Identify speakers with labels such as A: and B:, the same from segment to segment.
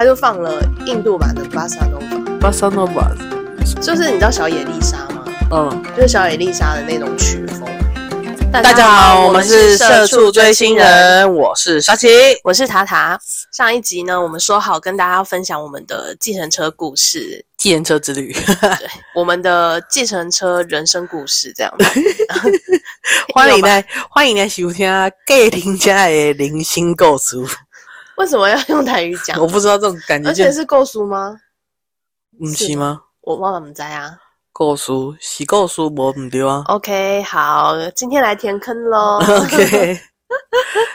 A: 他就放了印度版的巴萨诺瓦，
B: 巴萨诺瓦，
A: 就是你知道小野丽莎吗？
B: 嗯，
A: 就是小野丽莎的那种曲风。
B: 大家好，我们是社畜追星，人，我是沙琪。
A: 我是塔塔。上一集呢，我们说好跟大家分享我们的计程车故事，
B: 计程车之 旅，
A: 我们的计程车人生故事这样子。
B: 欢迎来，欢迎来收听啊，给听家的零星构 图。
A: 为什么要用台语讲
B: 我？不知道这种感觉
A: 而
B: 就
A: 且是构书吗？
B: 不是吗？
A: 我忘了我们在啊。
B: 构书是构书，无唔对 啊。
A: OK，好，今天来填坑喽。
B: OK，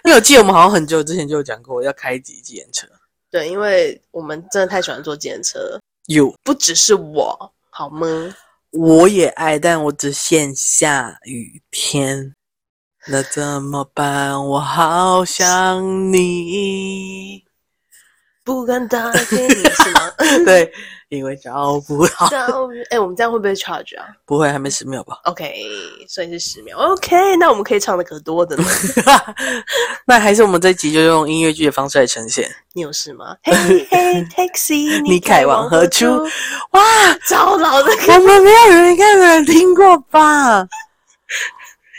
B: 因为我记得我们好像很久之前就有讲过要开一集计程车。
A: 对，因为我们真的太喜欢坐计程车了，
B: 有，
A: 不只是我，好吗？
B: 我也爱，但我只限下雨天。那怎么办？我好想你。
A: 不敢打给你是 吗？
B: 对，因为找不到，
A: 到哎、我们这样会不会 charge 啊
B: 不会，还没十秒吧？
A: ？OK，所以是十秒。OK，那我们可以唱的可多的呢。
B: 那还是我们这集就用音乐剧的方式来呈现。
A: 你有事吗？嘿嘿，taxi，
B: 你开往何处？哇，
A: 糟老 的歌
B: 我们没有人应该没有人听过吧？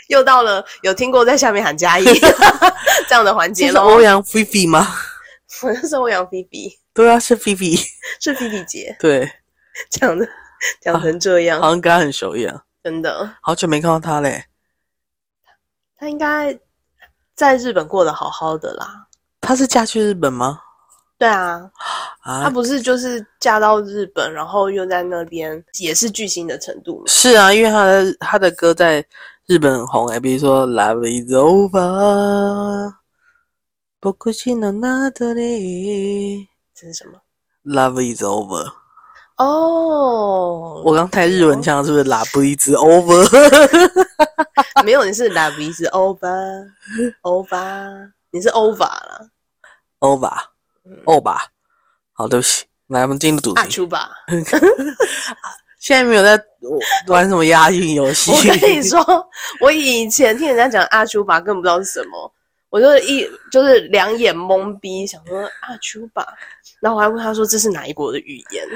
A: 又到了，有听过在下面喊 加一这样的环
B: 这
A: 节
B: 是
A: 喽。
B: 欧阳菲菲吗？
A: 我那时候欧阳菲菲
B: 对啊，是菲菲。
A: 是菲菲姐哦
B: 对，
A: 讲的，讲成这样，
B: 好像跟他很熟一样。
A: 真的，
B: 好久没看到他嘞，
A: 她应该在日本过得好好的啦。
B: 他是嫁去日本吗？
A: 对啊，她
B: 啊，
A: 不是就是嫁到日本，然后又在那边也是巨星的程度嘛。
B: 是啊，因为他的他的歌在日本很红哎、比如说《Love Is Over》，僕の中で。
A: 这是什么？
B: Love is over。
A: 哦，
B: 我刚太日文腔了，是不是？Love is over。
A: 没有，你是 love is over over，你是 over 啦，
B: over over。好，对不起，来，我们进入主
A: 阿
B: 题。
A: 出吧。
B: 啊现在没有在我玩什么押韵游 戏。
A: 我跟你，说，我以前听人家讲阿丘巴，根本不知道是什么，我就是一就是两眼懵逼，想说阿丘巴，然后我还问他说这是哪一国的语言，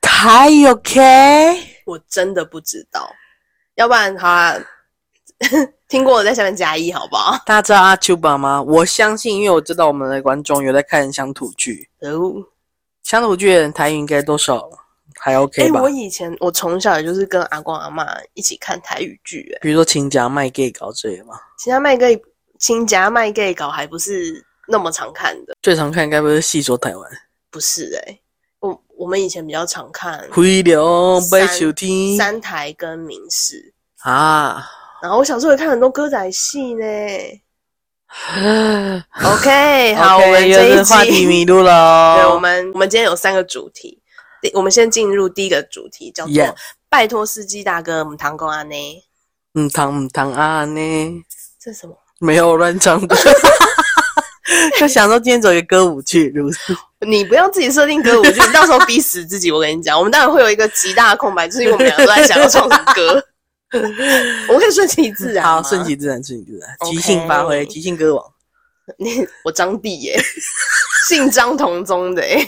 B: 台 OK？
A: 我真的不知道，要不然好啊， 听过我在下面加一好不好？
B: 大家知道阿丘巴吗？我相信，因为我知道我们的观众有在看乡土剧，
A: 哦，
B: 乡土剧的人台语应该多少还
A: 哎、
B: OK 吧？
A: 我以前我从小也就是跟阿公阿妈一起看台语剧、哎，
B: 比如说请假卖 gay 搞这些嘛，
A: 其他卖 gay 亲家卖 gay 搞还不是那么常看的，
B: 最常看该不会是戏说台湾？
A: 不是哎、我我们以前比较常看
B: 回流被
A: 三
B: 秋天
A: 三台跟明视，
B: 啊。
A: 然后我小时候也看很多歌仔戏呢。OK，好
B: OK，
A: 我们
B: 又
A: 这一
B: 是话题
A: 集，
B: 迷路了哦。
A: 对，我们我们今天有三个主题，第我们先进入第一个主题，叫做
B: Yeah
A: 拜托司机大哥，我们堂公阿呢？
B: 嗯糖嗯糖啊呢，
A: 这是什么？
B: 没有乱唱的，就想说今天走一个歌舞剧路线。
A: 你不要自己设定歌舞剧，你到时候逼死自己。我跟你讲，我们当然会有一个极大的空白，就是因为我们两个都在想要唱什么歌。 我可以顺其自然吗，
B: 好，顺其自然，顺其自然，
A: OK
B: 即兴发挥，即兴歌王。
A: 你我张帝耶，姓张同宗的耶。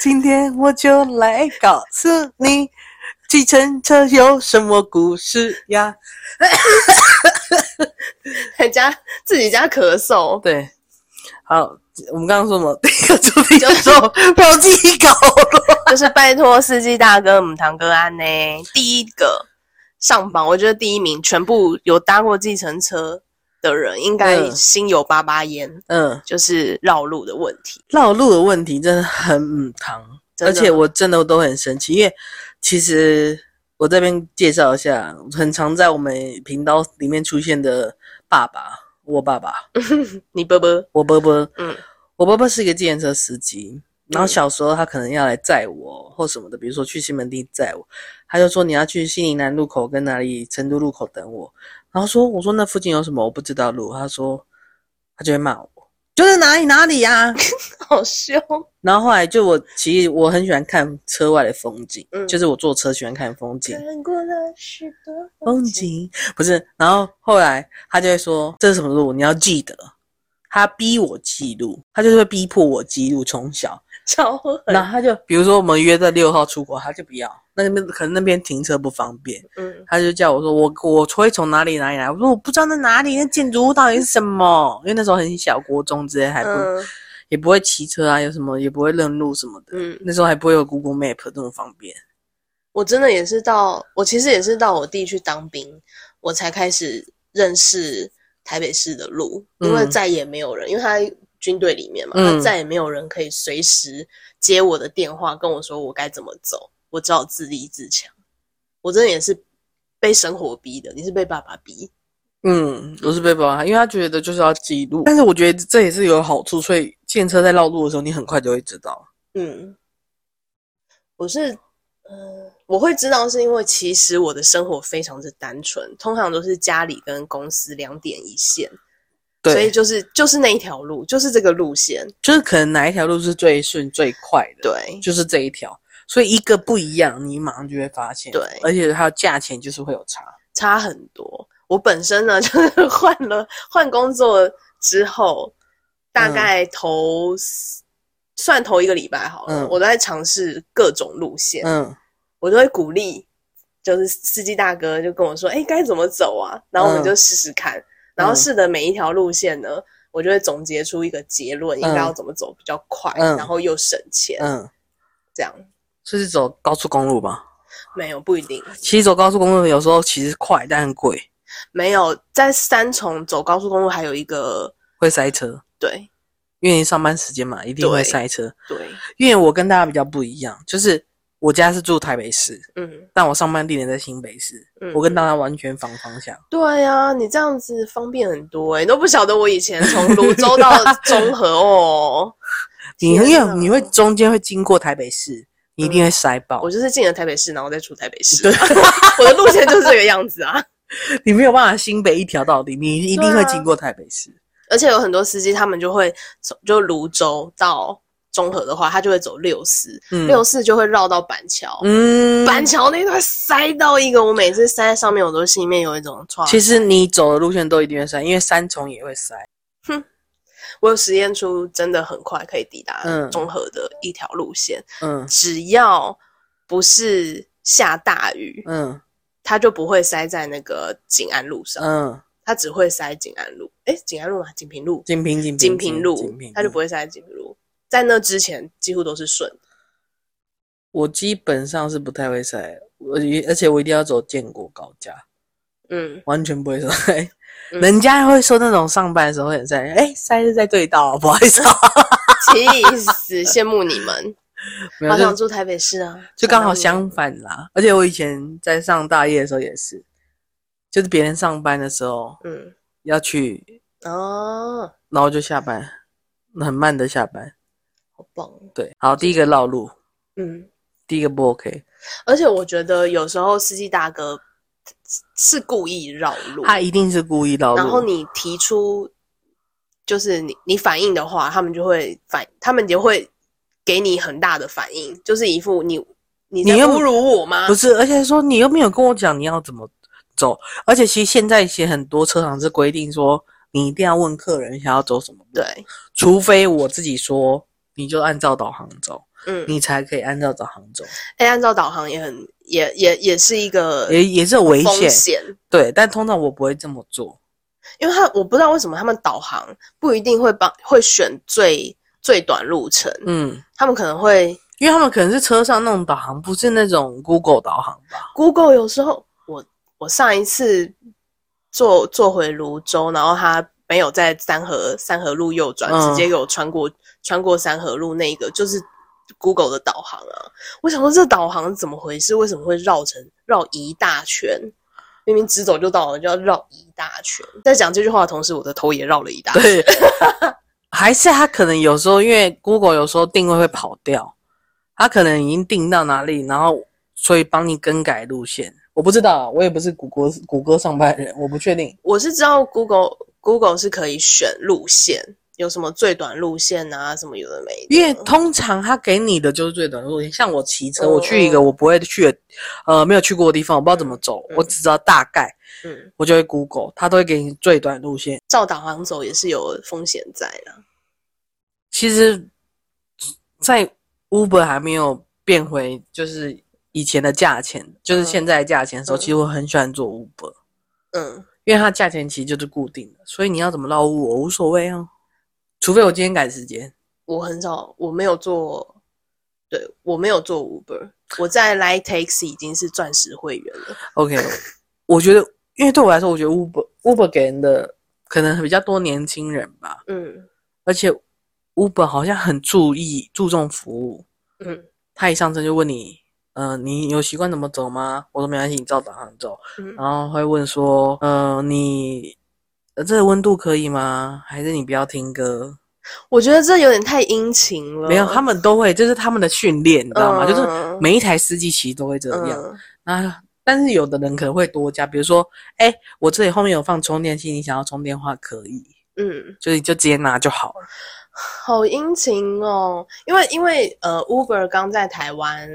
B: 今天我就来告诉你，计程车有什么故事呀？
A: 在家自己家咳嗽，
B: 对，好，我们刚刚说什么？第一个主题叫做不要自己搞了。
A: 就是拜托司机大哥、母堂哥安呢。第一个上榜，我觉得第一名，全部有搭过计程车的人应该
B: 嗯
A: 心有巴巴焉，
B: 嗯，
A: 就是绕路的问题。
B: 绕路的问题真的很嗯糖。
A: 真
B: 而
A: 的
B: 且我真的都很生气，因为其实我这边介绍一下，很常在我们频道里面出现的爸爸，我爸爸，
A: 你啵啵，
B: 我伯伯，
A: 嗯，
B: 我伯伯是一个计程车司机，然后
A: 嗯
B: 小时候他可能要来载我或什么的，比如说去西门町载我，他就说你要去西宁南路口跟哪里成都路口等我，然后说我说那附近有什么我不知道路，他说他就会骂我，就是哪里哪里呀、
A: 好凶，
B: 然后后来就我其实我很喜欢看车外的风景，
A: 嗯
B: 就是我坐车喜欢看风景，
A: 看过了许多
B: 风， 景不是。然后后来他就会说这是什么路，你要记得。他逼我记录，他就是会逼迫我记录。从小
A: 超狠。
B: 然后他就比如说我们约在六号出国，他就不要，那边可能那边停车不方便，
A: 嗯，
B: 他就叫我说我我会从哪里哪里来，我说我不知道那哪里，那建筑物到底是什么？因为那时候很小，国中之类还不、
A: 嗯
B: 也不会骑车啊，有什么也不会认路什么的，
A: 嗯，
B: 那时候还不会有 Google Map 这么方便。
A: 我真的也是到我其实也是到我弟去当兵，我才开始认识台北市的路，因为
B: 嗯
A: 再也没有人，因为他在军队里面嘛，
B: 嗯
A: 他再也没有人可以随时接我的电话跟我说我该怎么走，我只好自立自强。我真的也是被生活逼的，你是被爸爸逼，
B: 嗯，我是被保安，因为他觉得就是要记录，但是我觉得这也是有好处，所以建车在绕路的时候，你很快就会知道。
A: 嗯，我是。嗯，我会知道是因为其实我的生活非常之单纯，通常都是家里跟公司两点一线，
B: 对，
A: 所以就是就是那一条路，就是这个路线。
B: 就是可能哪一条路是最顺最快的，
A: 对，
B: 就是这一条。所以一个不一样，你马上就会发现。
A: 对
B: 而且它的价钱就是会有差。
A: 差很多。我本身呢， 就是换了换工作之后，大
B: 嗯
A: 概头、算头一个礼拜好了，
B: 嗯
A: 我都在尝试各种路线，
B: 嗯
A: 我都会鼓励，就是司机大哥就跟我说：“哎，该怎么走啊？”然后我们
B: 嗯
A: 就试试看，然后试的每一条路线呢。我就会总结出一个结论，应该要怎么走比较快，
B: 嗯
A: 然后又省钱，
B: 嗯，
A: 这样
B: 就是走高速公路吧。
A: 没有不一定。
B: 其实走高速公路有时候其实快，但很贵，
A: 没有，在三重走高速公路还有一个，
B: 会塞车。
A: 对
B: 因为你上班时间嘛，一定会
A: 对
B: 塞车。
A: 对，
B: 因为我跟大家比较不一样，就是我家是住台北市，
A: 嗯
B: 但我上班地点在新北市，
A: 嗯，
B: 我跟大家完全反方向。
A: 对呀、你这样子方便很多哎、你都不晓得我以前从泸州到中和哦，
B: 你因
A: 天哪
B: 为你会中间会经过台北市，你一定会塞爆。
A: 嗯我就是进了台北市，然后再出台北市，对， 我的路线就是这个样子啊。
B: 你没有办法新北一条到底，你一定
A: 对
B: 会
A: 啊
B: 经过台北市。
A: 而且有很多司机他们就会从就泸州到中和的话，他就会走六四、
B: 嗯
A: 六四就会绕到板桥。
B: 嗯，
A: 板桥那段塞到一个，我每次塞在上面，我都心里面有一种创。
B: 其实你走的路线都一定会塞，因为三重也会塞。
A: 我有实验出真的很快可以抵达
B: 嗯
A: 中和的一条路线，
B: 嗯
A: 只要不是下大雨，
B: 嗯
A: 它就不会塞在那个景安路上，
B: 嗯，
A: 它只会塞景安路。诶，景安路嘛，锦屏路，
B: 锦屏锦
A: 锦屏路
B: 锦，屏，
A: 它就不
B: 会。
A: 会塞锦屏路。在那之前几乎都是顺的，
B: 我基本上是不太会塞，我而且我一定要走建国高架，
A: 嗯，
B: 完全不会塞。
A: 嗯
B: 人家会说那种上班的时候会很塞，哎、塞是在对道，不好意 思啊，
A: 气死，羡慕你们，
B: 没有
A: 好想
B: 就
A: 住台北市啊，
B: 就刚好
A: 想当
B: 相反啦。而且我以前在上大一的时候也是，就是别人上班的时候
A: 你们，
B: 要去，
A: 嗯，哦，
B: 然后就下班，很慢的下班。
A: 好棒哦，
B: 对，好，第一个绕路，
A: 嗯。
B: 第一个不 OK，
A: 而且我觉得有时候司机大哥是故意绕路，
B: 他一定是故意绕路。
A: 然后你提出就是你你反应的话，他们就会反，他们就会给你很大的反应，就是一副你你在
B: 你又
A: 侮辱我吗
B: 不？是，而且说你又没有跟我讲你要怎么走，而且其实现在其实很多车行是规定说你一定要问客人想要走什么路，
A: 对，，
B: 除非我自己说你就按照导航走，
A: 嗯，
B: 你才可以按照导航走，
A: 哎，按照导航也很也也也是一个
B: 也也是有危
A: 风
B: 险，
A: 险，
B: 对，但通常我不会这么做，
A: 因为他我不知道为什么他们导航不一定会帮会选最最短路程，
B: 嗯。
A: 他们可能会
B: 因为他们可能是车上那种导航，不是那种 Google 导航吧？
A: Google 有时候，我我上一次坐坐回泸州，然后他没有在三河三河路右转，
B: 嗯
A: 直接给我穿过穿过三河路那一个，就是 Google 的导航啊。我想说这导航怎么回事？为什么会绕成绕一大圈？明明直走就到了，就要绕一大圈。在讲这句话的同时，我的头也绕了一大圈。
B: 对，还是他可能有时候因为 Google 有时候定位会跑掉，他可能已经定到哪里，然后所以帮你更改路线。我不知道，我也不是谷歌谷歌上班的人，我不确定。
A: 我是知道 Google Google 是可以选路线，有什么最短路线啊，什么有的没的。
B: 因为通常他给你的就是最短路线，像我骑车，
A: 嗯
B: 我去一个
A: 嗯
B: 我不会去的，呃，没有去过的地方，我不知道怎么走，
A: 嗯
B: 我只知道大概，
A: 嗯。
B: 我就会 Google，他都会给你最短路线。
A: 照导航走也是有风险在的。
B: 其实，在 Uber 还没有变回就是以前的价钱，就是
A: 嗯
B: 现在的价钱的时候，
A: 嗯
B: 其实我很喜欢坐 Uber，
A: 嗯，
B: 因为它价钱其实就是固定的，所以你要怎么绕路我无所谓啊，除非我今天赶时间。
A: 我很少，我没有做，对我没有做 Uber，我在 Light Taxi 已经是钻石会员了。
B: OK，我觉得，因为对我来说，我觉得 Uber Uber 给人的可能比较多年轻人吧，
A: 嗯
B: 而且 Uber 好像很注意注重服务，
A: 嗯
B: 他一上车就问你，嗯、你有习惯怎么走吗？我说没关系，你照导航走。
A: 嗯
B: 然后会问说，呃，你呃这个温度可以吗？还是你不要听歌？
A: 我觉得这有点太殷勤了。
B: 没有，他们都会，这是他们的训练，你知道吗？
A: 嗯
B: 就是每一台司机其实都会这样。
A: 嗯
B: 啊，但是有的人可能会多加，比如说，哎、我这里后面有放充电器，你想要充电的话可以，
A: 嗯，
B: 就你就直接拿就好了。
A: 好殷勤哦，因为因为呃，Uber 刚在台湾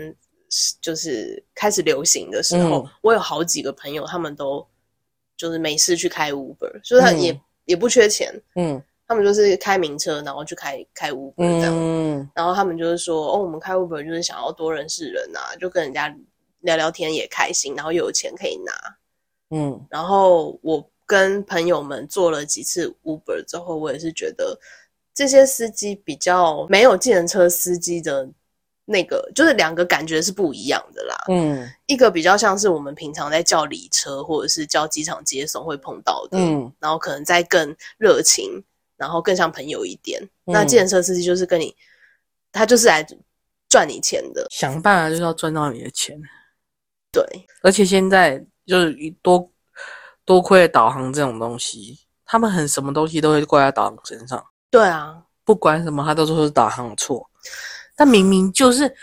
A: 就是开始流行的时候，
B: 嗯
A: 我有好几个朋友，他们都就是没事去开 Uber，就是他
B: 嗯
A: 也、也不缺钱，
B: 嗯
A: 他们就是开名车，然后去开开 Uber 这样。
B: 嗯
A: 然后他们就是说，哦，我们开 Uber 就是想要多认识人啊，就跟人家聊聊天也开心，然后又有钱可以拿。
B: 嗯，
A: 然后我跟朋友们做了几次 Uber 之后，我也是觉得这些司机比较没有计程车司机的那个，就是两个感觉是不一样的啦。
B: 嗯
A: 一个比较像是我们平常在叫礼车或者是叫机场接送会碰到的，
B: 嗯
A: 然后可能再更热情，然后更像朋友一点。
B: 嗯
A: 那计程车司机就是跟你，他就是来赚你钱的，
B: 想办法就是要赚到你的钱，
A: 对，
B: 而且现在就是一多多亏导航这种东西，他们很什么东西都会怪在导航身上，
A: 对啊，
B: 不管什么他都说是导航的错，但明明就是。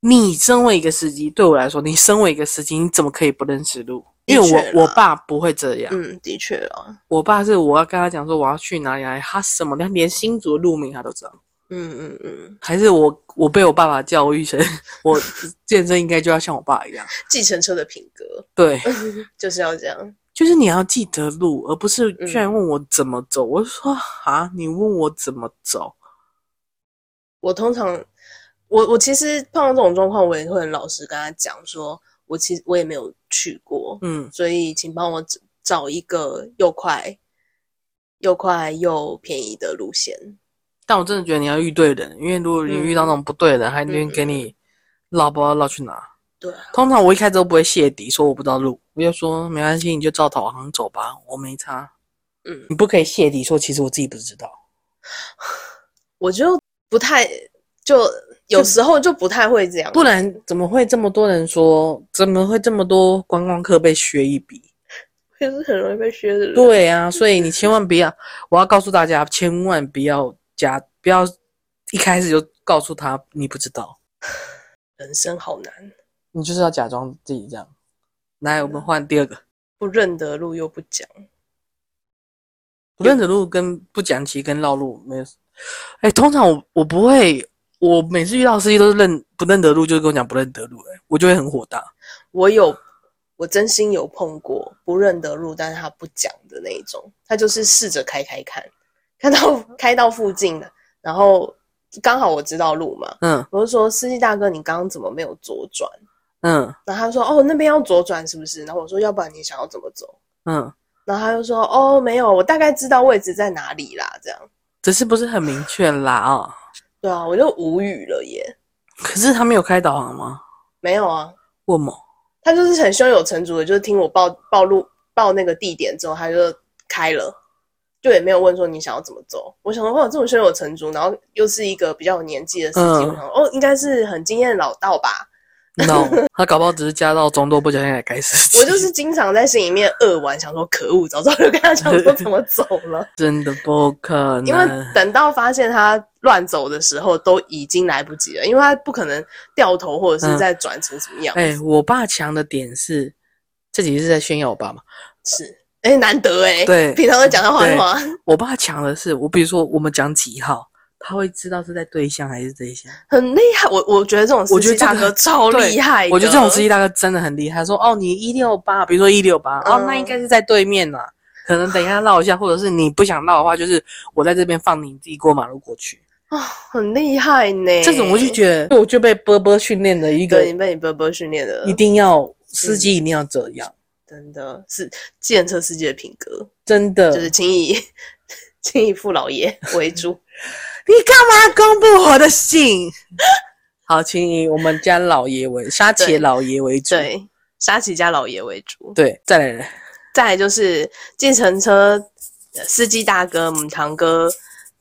B: 你身为一个司机，对我来说，你身为一个司机，你怎么可以不认识路？因
A: 的
B: 为
A: 确
B: 我我
A: 啦
B: 爸不会这样，
A: 嗯，的确啊，
B: 我爸是我要跟他讲说我要去哪里哪里，他什么他连新竹的路名他都知道，
A: 嗯嗯嗯，
B: 还是我我被我爸爸教育成 我健身应该就要像我爸一样，
A: 计程车的品格
B: 对，
A: 就是要这样，
B: 就是你要记得路，而不是
A: 嗯
B: 居然问我怎么走，我就说啊，你问我怎么走，
A: 我通常，我我其实碰到这种状况，我也会很老实跟他讲说，我其实我也没有去过，
B: 嗯
A: 所以请帮我找找一个又快、又快又便宜的路线。
B: 但我真的觉得你要遇对人，因为如果你
A: 嗯
B: 遇到那种不对的人，还愿意给你绕不知道绕去哪。
A: 对啊，
B: 通常我一开始都不会泄底，说我不知道路，我就说没关系，你就照导航走吧，我没差。
A: 嗯
B: 你不可以泄底说其实我自己不知道。
A: 我就不太，就有时候就不太会这样，
B: 不然怎么会这么多人说？怎么会这么多观光客被削一笔？
A: 就是很容易被削的人。，
B: 对啊，所以你千万不要，我要告诉大家，千万不要加，不要一开始就告诉他你不知道，
A: 人生好难，
B: 你就是要假装自己这样。来，我们换第二个，
A: 不认得路又不讲，
B: 不认得路跟不讲其实跟绕路没有。哎、通常我我不会，我每次遇到司机都是认不认得路，就是跟我讲不认得路、哎，我就会很火大。
A: 我有。我真心有碰过不认得路，但是他不讲的那一种，他就是试着开开看，看到开到附近的，然后刚好我知道路嘛，
B: 嗯
A: 我就说司机大哥，你刚刚怎么没有左转？
B: 嗯
A: 然后他说哦那边要左转是不是？然后我说要不然你想要怎么走？
B: 嗯，
A: 然后他就说哦没有，我大概知道位置在哪里啦，这样。
B: 只是不是很明确啦啊、
A: 对啊，我就无语了耶。
B: 可是他没有开导航吗？
A: 没有啊，
B: 问某
A: 他就是很胸有成竹的，就是听我报报路报那个地点之后，他就开了，就也没有问说你想要怎么走。我想说哇，这么胸有成竹，然后又是一个比较有年纪的司机，
B: 嗯
A: 我想说哦应该是很经验的老道吧。
B: ，no，他搞不好只是加到中多不小心也开始。
A: 我就是经常在心里面扼腕，想说可恶，早知道就跟他讲说怎么走了。
B: 真的不可
A: 因为
B: 能，
A: 等到发现他乱走的时候，都已经来不及了，因为他不可能掉头或者
B: 嗯
A: 是再转成什么样
B: 哎、我爸强的点是，这几是在炫耀我爸嘛。
A: 是，哎、难得哎、
B: 对
A: 平常都讲到花花，
B: 我爸强的是，我比如说我们讲几号，他会知道是在对象还是对象。
A: 很厉害。我我觉得这种司
B: 我觉
A: 机
B: 得这个
A: 大哥超厉害的
B: 我觉得这种司机大哥真的很厉害，说哦你一六八，比如说一六八，哦
A: 嗯
B: 那应该是在对面啦，可能等一下绕一下，或者是你不想绕的话，就是我在这边放你自己过马路过去。
A: 啊、很厉害呢。
B: 这种我就觉得，我就被波波训练的一个，
A: 对你被你波波训练的，
B: 一定要司机一定要这样，
A: 真的是建车司机的品格，
B: 真的。
A: 就是请 以请以父老爷为 主。
B: 你干嘛公布我的姓？ 好，请以我们家老爷为沙茄老爷为主。
A: 对，沙琪家老爷为主。
B: 对，再来，
A: 再来就是计程车司机大哥、母堂哥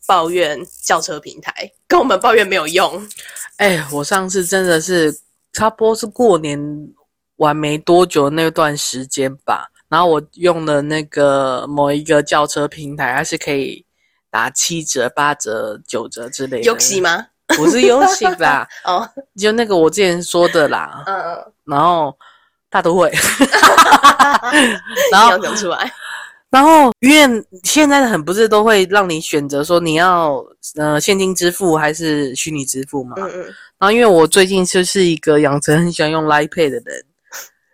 A: 抱怨轿车平台，跟我们抱怨没有用。
B: 哎，我上次真的是差不多是过年完没多久那段时间吧，然后我用了那个某一个轿车平台，它是可以打七折、八折、九折之类的。
A: 有戏？吗？
B: 不是游戏啦，
A: 哦，
B: 就那个我之前说的啦，
A: 嗯、呃，
B: 然后大都 会，然
A: 你
B: 后
A: 要讲出来。
B: 然后，因为现在的很不是都会让你选择说你要呃现金支付还是虚拟支付嘛？
A: 嗯嗯，
B: 然后，因为我最近就是一个养成很喜欢用 Line Pay 的人，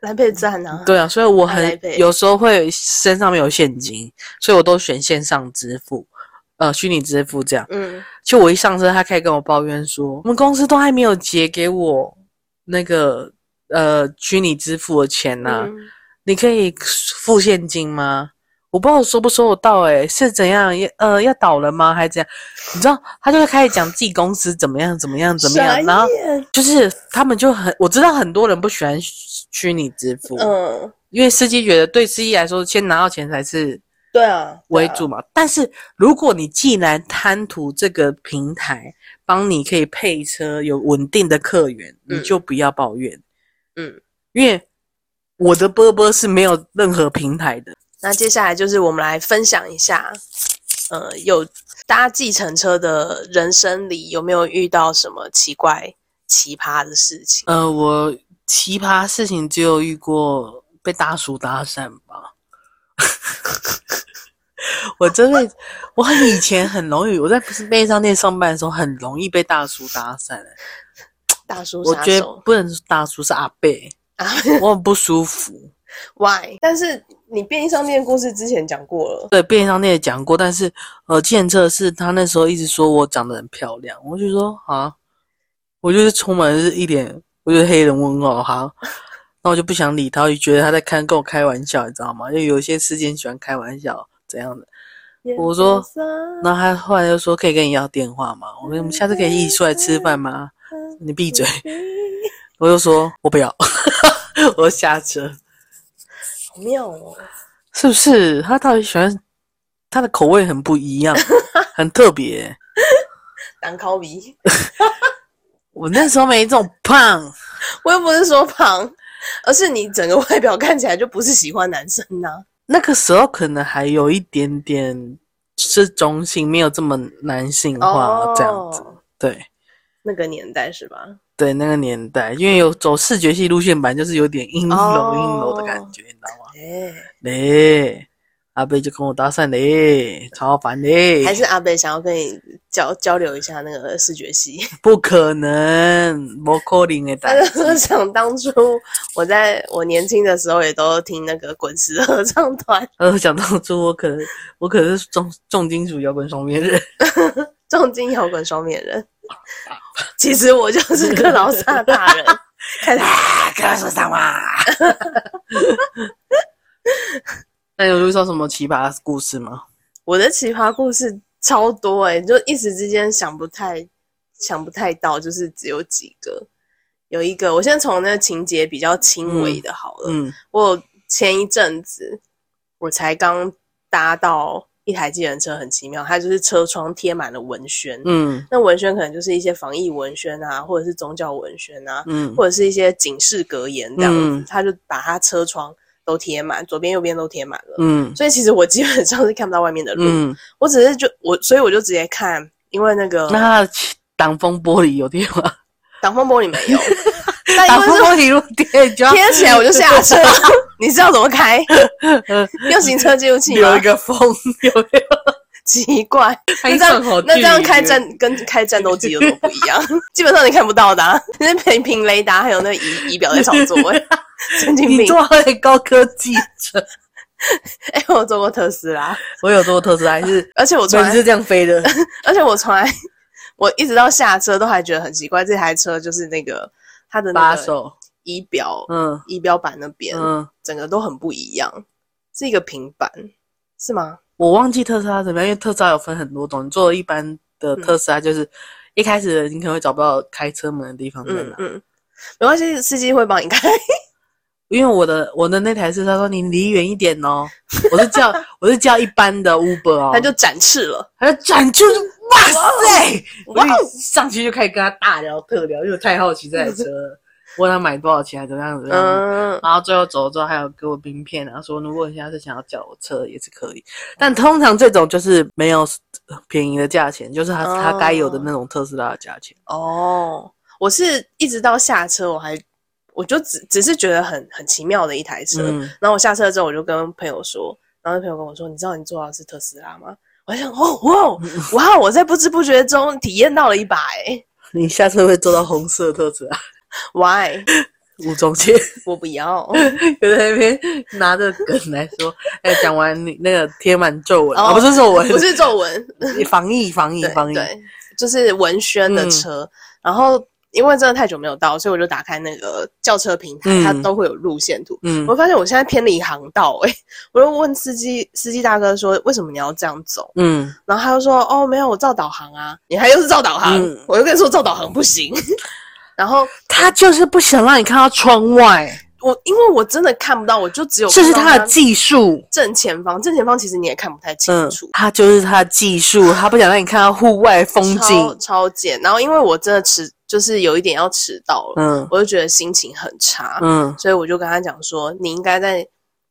A: 来配赞啊。
B: 对啊，所以我很
A: 啊，Line Pay
B: 有时候会身上没有现金，所以我都选线上支付，呃，虚拟支付这样。
A: 嗯，
B: 就我一上车，他开始跟我抱怨说，我们公司都还没有结给我那个呃虚拟支付的钱呐、
A: 嗯
B: 你可以付现金吗？我不知道我收不收得到、欸，诶，是怎样？要呃，要倒了吗？还是怎样？你知道，他就会开始讲自己公司怎么样，怎么样，怎么样，然后
A: 傻眼
B: 就是他们就很，我知道很多人不喜欢虚虚拟支付，
A: 嗯，
B: 因为司机觉得对司机来说，先拿到钱才是
A: 对啊，
B: 为
A: 对啊
B: 主嘛。但是如果你既然贪图这个平台帮你可以配车有稳定的客源，
A: 嗯
B: 你就不要抱怨，
A: 嗯。
B: 因为我的波波是没有任何平台的。
A: 那接下来就是我们来分享一下，呃，有搭计程车的人生里有没有遇到什么奇怪、奇葩的事情？
B: 呃，我奇葩事情只有遇过被大叔搭讪吧。 我真的，我以前很容易，我在便利商店上班的时候很容易被大叔搭讪、欸
A: 大叔
B: 我
A: 杀
B: 觉得
A: 手
B: 不能是大叔，是阿贝，
A: 啊
B: 我很不舒服。
A: ？Why？但是你便利商店故事之前讲过了，
B: 对，便利商店也讲过，但是呃，见测是他那时候一直说我长得很漂亮，我就说啊，我就是充满是一脸，我就是黑人问号哈，那我就不想理他，我就觉得他在看跟我开玩笑，你知道吗？因为有一些司机很喜欢开玩笑怎样的，我说然后他后来就说可以跟你要电话吗？我说我们下次可以一起出来吃饭吗？你闭嘴，我就说我不要， 我就下车。
A: 好妙哦，
B: 是不是？他到底喜欢他的口味很不一样，很特别。
A: 当烤比，
B: 我那时候没这种胖，
A: 我又不是说胖，而是你整个外表看起来就不是喜欢男生啊呐、
B: 那个时候可能还有一点点是中性，没有这么男性化、这样子。
A: 哦
B: 对
A: 那个年代是吧？
B: 对，那个年代，因为有走视觉系路线，版，就是有点阴柔
A: 哦
B: 阴柔的感觉，你知道吗？
A: 哎、
B: 嘞，阿贝就跟我搭讪嘞，超烦嘞，
A: 还是阿北想要跟你交交流一下那个视觉系。
B: 不可能，不可能的
A: 他
B: 代
A: 就
B: 志。
A: 说想当初我在我年轻的时候也都听那个滚石合唱团，
B: 呃，想当初我可能我可能是重重金属摇滚双面人，
A: 重金摇滚双面 人。其实我就是克劳萨大人，看他
B: 跟他说上嘛。 那有遇到什么奇葩故事吗？
A: 我的奇葩故事超多哎、就一时之间想不太想不太到，就是只有几个。有一个，我先从那个情节比较轻微的好了。
B: 嗯，
A: 我前一阵子我才刚搭到一台计程车，很奇妙，它就是车窗贴满了文宣，
B: 嗯
A: 那文宣可能就是一些防疫文宣啊，或者是宗教文宣啊，
B: 嗯
A: 或者是一些警示格言这样子，
B: 嗯
A: 他就把他车窗都贴满，左边右边都贴满了。
B: 嗯
A: 所以其实我基本上是看不到外面的路，
B: 嗯，
A: 我只是就我，所以我就直接看，因为那个
B: 那他的挡风玻璃有贴吗？
A: 挡风玻璃没 有，但
B: 挡
A: 因
B: 风
A: 为
B: 玻璃啊如果贴，你就要
A: 是贴起来我就下车，你知道怎么 开？
B: 嗯
A: 用行车记录器
B: 留
A: 吗
B: 一？个风，有没有？
A: 奇怪，
B: 那
A: 这样那这样开战跟开战斗机有什么不一样？ 基本上你看不到的、啊， 那凭凭雷达还有那仪仪表在操 作、欸，神经
B: 你
A: 病！
B: 做了高科 技车，
A: 哎、我坐过特斯拉，
B: 我有做特斯拉，还是
A: 而且我从
B: 本
A: 来
B: 是，这样飞的。
A: 而且我从来， 我一直到下车都还觉得很奇怪，这台车就是那个它的那
B: 把
A: 个
B: 手，
A: 仪表、
B: 嗯
A: 仪表板那边，
B: 嗯，
A: 整个都很不一样，是一个平板是吗？
B: 我忘记特斯拉怎么样，因为特斯拉有分很多种，你做一般
A: 嗯
B: 的特斯拉就是、一开始你可能会找不到开车门的地方在
A: 嗯
B: 哪，
A: 嗯，没关系，司机会帮你开。
B: 因为我的我的那台是他说你离远一点哦， 我是叫我是叫一般的 Uber 哦，
A: 他就展翅了。
B: 他就转出去，哇塞！
A: 哇
B: 我
A: 哦
B: 就上去就开始跟他大聊特聊，因为我太好奇这台车了，问他买多少钱，啊怎么样怎么样。
A: 嗯，
B: 然后最后走了之后，还有给我冰片，然后说如果你下次想要叫我车也是可以，但通常这种就是没有便宜的价钱，就是他
A: 哦
B: 他该有的那种特斯拉的价钱。
A: 哦，我是一直到下车，我还我就只只是觉得很很奇妙的一台车。
B: 嗯，
A: 然后我下车之后，我就跟朋友说，然后那朋友跟我说：“你知道你坐到的是特斯拉吗？”我还想，哦 哇哇！我在不知不觉中体验到了一把哎、
B: 你下次会坐到红色特斯拉，
A: 欸、，Why？
B: 吴宗 宪。
A: 我不要。
B: 就在那边拿着梗来说，哎，讲完你那个贴满皱纹，
A: 哦
B: 啊，不是皱纹，
A: 不是皱纹，
B: 防疫防疫
A: 对
B: 防疫，
A: 对，就是文轩
B: 嗯
A: 的车。然后因为真的太久没有到，所以我就打开那个轿车平台，它
B: 嗯
A: 都会有路线图。
B: 嗯
A: 我发现我现在偏离航道、欸，我就问司机司机大哥说，为什么你要这样走？
B: 嗯，
A: 然后他就说，哦，没有，我照导航啊。你还又是照导航？
B: 嗯
A: 我就跟你说照导航不行。 然后
B: 他就是不想让你看到窗外，
A: 我因为我真的看不到，我就只有
B: 这是
A: 看到
B: 他的
A: 它
B: 技术。
A: 正前方，正前方其实你也看不太清
B: 嗯
A: 楚，，
B: 他就是他的技术，他不想让你看到户外风
A: 超
B: 景。
A: 超贱。然后因为我真的迟，就是有一点要迟到了，
B: 嗯
A: 我就觉得心情很差，
B: 嗯
A: 所以我就跟他讲说，你应该在，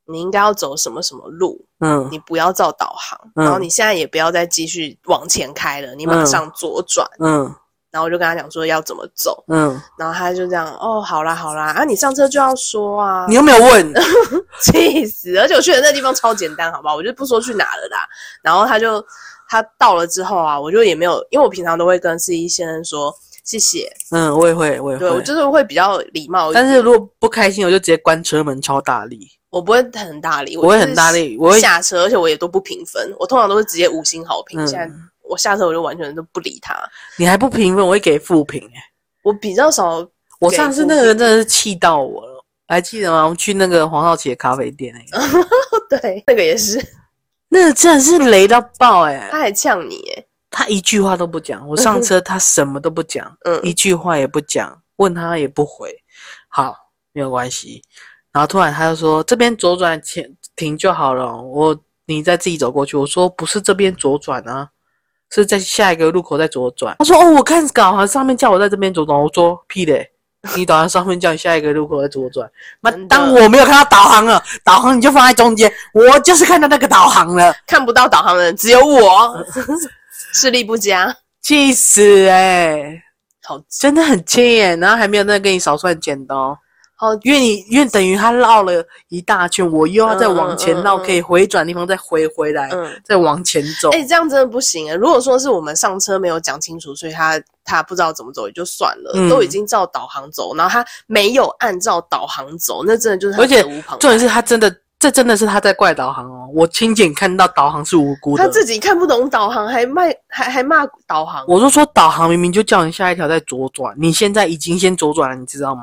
A: 你应该要走什么什么路，
B: 嗯
A: 你不要照导航，
B: 嗯
A: 然后你现在也不要再继续往前开了，你马上左转。
B: 嗯
A: 然后我就跟他讲说要怎么走，
B: 嗯，
A: 然后他就这样哦，好啦好啦，啊你上车就要说啊
B: 你，又没有问，
A: 气死！而且我去的那地方超简单，好不好？我就不说去哪了啦。然后他就他到了之后啊，我就也没有，因为我平常都会跟司机先生说谢谢，
B: 嗯，我也会，我也
A: 对我
B: 会。
A: 就是会比较礼貌一点，
B: 但是如果不开心，我就直接关车门，超大力，
A: 我不会很大力，
B: 我会
A: 就是
B: 很大力，我会
A: 下车，而且我也都不评分，我通常都是直接五星好评。
B: 嗯
A: 现在我下车我就完全都不理他，
B: 你还不评分，我会给负评。哎
A: 我比较少。
B: 我上次那个人真的是气到我了，还记得吗？我们去那个黄少奇的咖啡店，那个，
A: 对，那个也是，
B: 那个真的是雷到爆哎、
A: 他还呛你耶，
B: 他一句话都不讲。我上车，他什么都不讲，一
A: 嗯，
B: 句话也不讲，问他也不回。好，没有关系。然后突然他就说：“这边左转前停就好了，我你再自己走过去。”我说：“不是这边左转啊，是在下一个路口再左转。”他说：“哦，我看导航上面叫我在这边左转。”我说：“屁嘞！”你导航上面叫你下一个路口再左转，那
A: 真的
B: 当我没有看到导航了，导航你就放在中间，我就是看到那个导航了。
A: 看不到导航的人只有我，视力不佳，
B: 气死哎、
A: 好
B: 真的很气耶！然后还没有那个跟你少算剪刀，
A: 好
B: 因为你因为等于他绕了一大圈，我又要再往前绕，
A: 嗯嗯嗯嗯
B: 可以回转地方再回回来，
A: 嗯。
B: 再往前走。
A: 哎、这样真的不行啊！如果说是我们上车没有讲清楚，所以他他不知道怎么走也就算了，
B: 嗯
A: 都已经照导航走，然后他没有按照导航走，那真的就是他
B: 而且
A: 责无旁
B: 重点是他真的，这真的是他在怪导航哦。我亲眼看到导航是无辜
A: 他
B: 的，
A: 自己看不懂导航，还卖还还骂导航，
B: 我就说导航明明就叫你下一条再左转，你现在已经先左转了，你知道吗？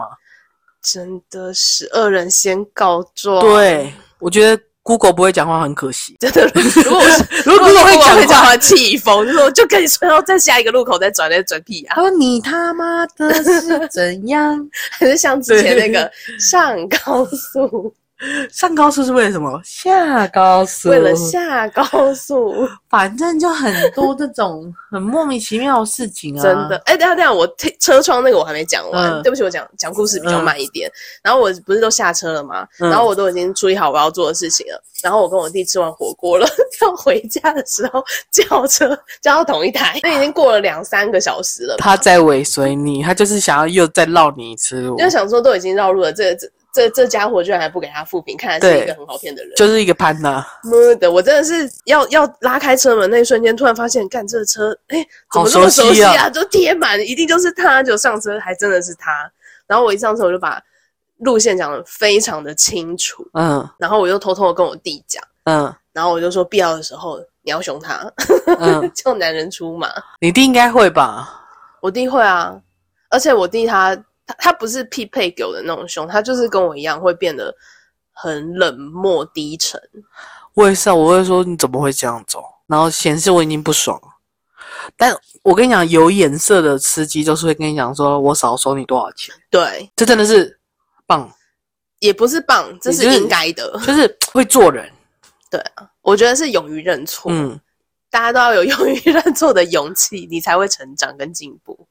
A: 真的是恶人先告状。，
B: 对，我觉得 Google 不会讲话很 可惜。
A: 真的，如果我是
B: 如果 Google 会
A: 我
B: 讲
A: 会讲
B: 话，
A: 话，气疯，就说就跟你说要在下一个路口再转，再转屁啊！
B: 他说你他妈的是怎样？
A: 还是像之前那
B: 对
A: 个上高 速，
B: 上高速是为了什么？下高速
A: 为了下高速。
B: 反正就很多这种很莫名其妙的事情啊，
A: 真的，，哎、等一下等一下，我车车窗那个我还没讲完，
B: 嗯
A: 对不起，我讲讲故事比较慢一点。然后我不是都下车了吗？
B: 嗯
A: 然后我都已经处理好我要做的事情了。然后我跟我弟吃完火锅了， 要回家的时候叫车叫到同一台，那已经过了两三个小时了吧。
B: 他在尾随你，他就是想要又再绕你一次路，
A: 因为想说都已经绕路了，这这这这家伙居然还不给他负评，看来是
B: 对
A: 一个很好骗的人。
B: 就是一个攀呐，
A: 妈的，我真的是要要拉开车门那一瞬间，突然发现，干这车，哎、怎
B: 好
A: 么这么
B: 熟
A: 熟
B: 悉
A: 悉
B: 啊
A: 啊？都贴满，一定就是他。就上车，还真的是他。然后我一上车，我就把路线讲的非常的清楚，
B: 嗯
A: 然后我又偷偷的跟我弟讲，
B: 嗯
A: 然后我就说必要的时候你鸟熊他，
B: 嗯，
A: 叫男人出马。
B: 你弟应该会吧？
A: 我弟会啊，而且我弟他他他不是匹配狗的那种凶，他就是跟我一样会变得很冷漠低沉。
B: 我也是啊，我会说你怎么会这样走，然后显示我已经不爽了。但我跟你讲，有眼色的司机就是会跟你讲说，我少收你多少钱，
A: 对，
B: 这真的是棒，
A: 也不是棒，这是
B: 你就是
A: 应该的。
B: 就是会做人。
A: 我觉得是勇于认错，
B: 嗯，
A: 大家都要有勇于认错的勇气，你才会成长跟进步。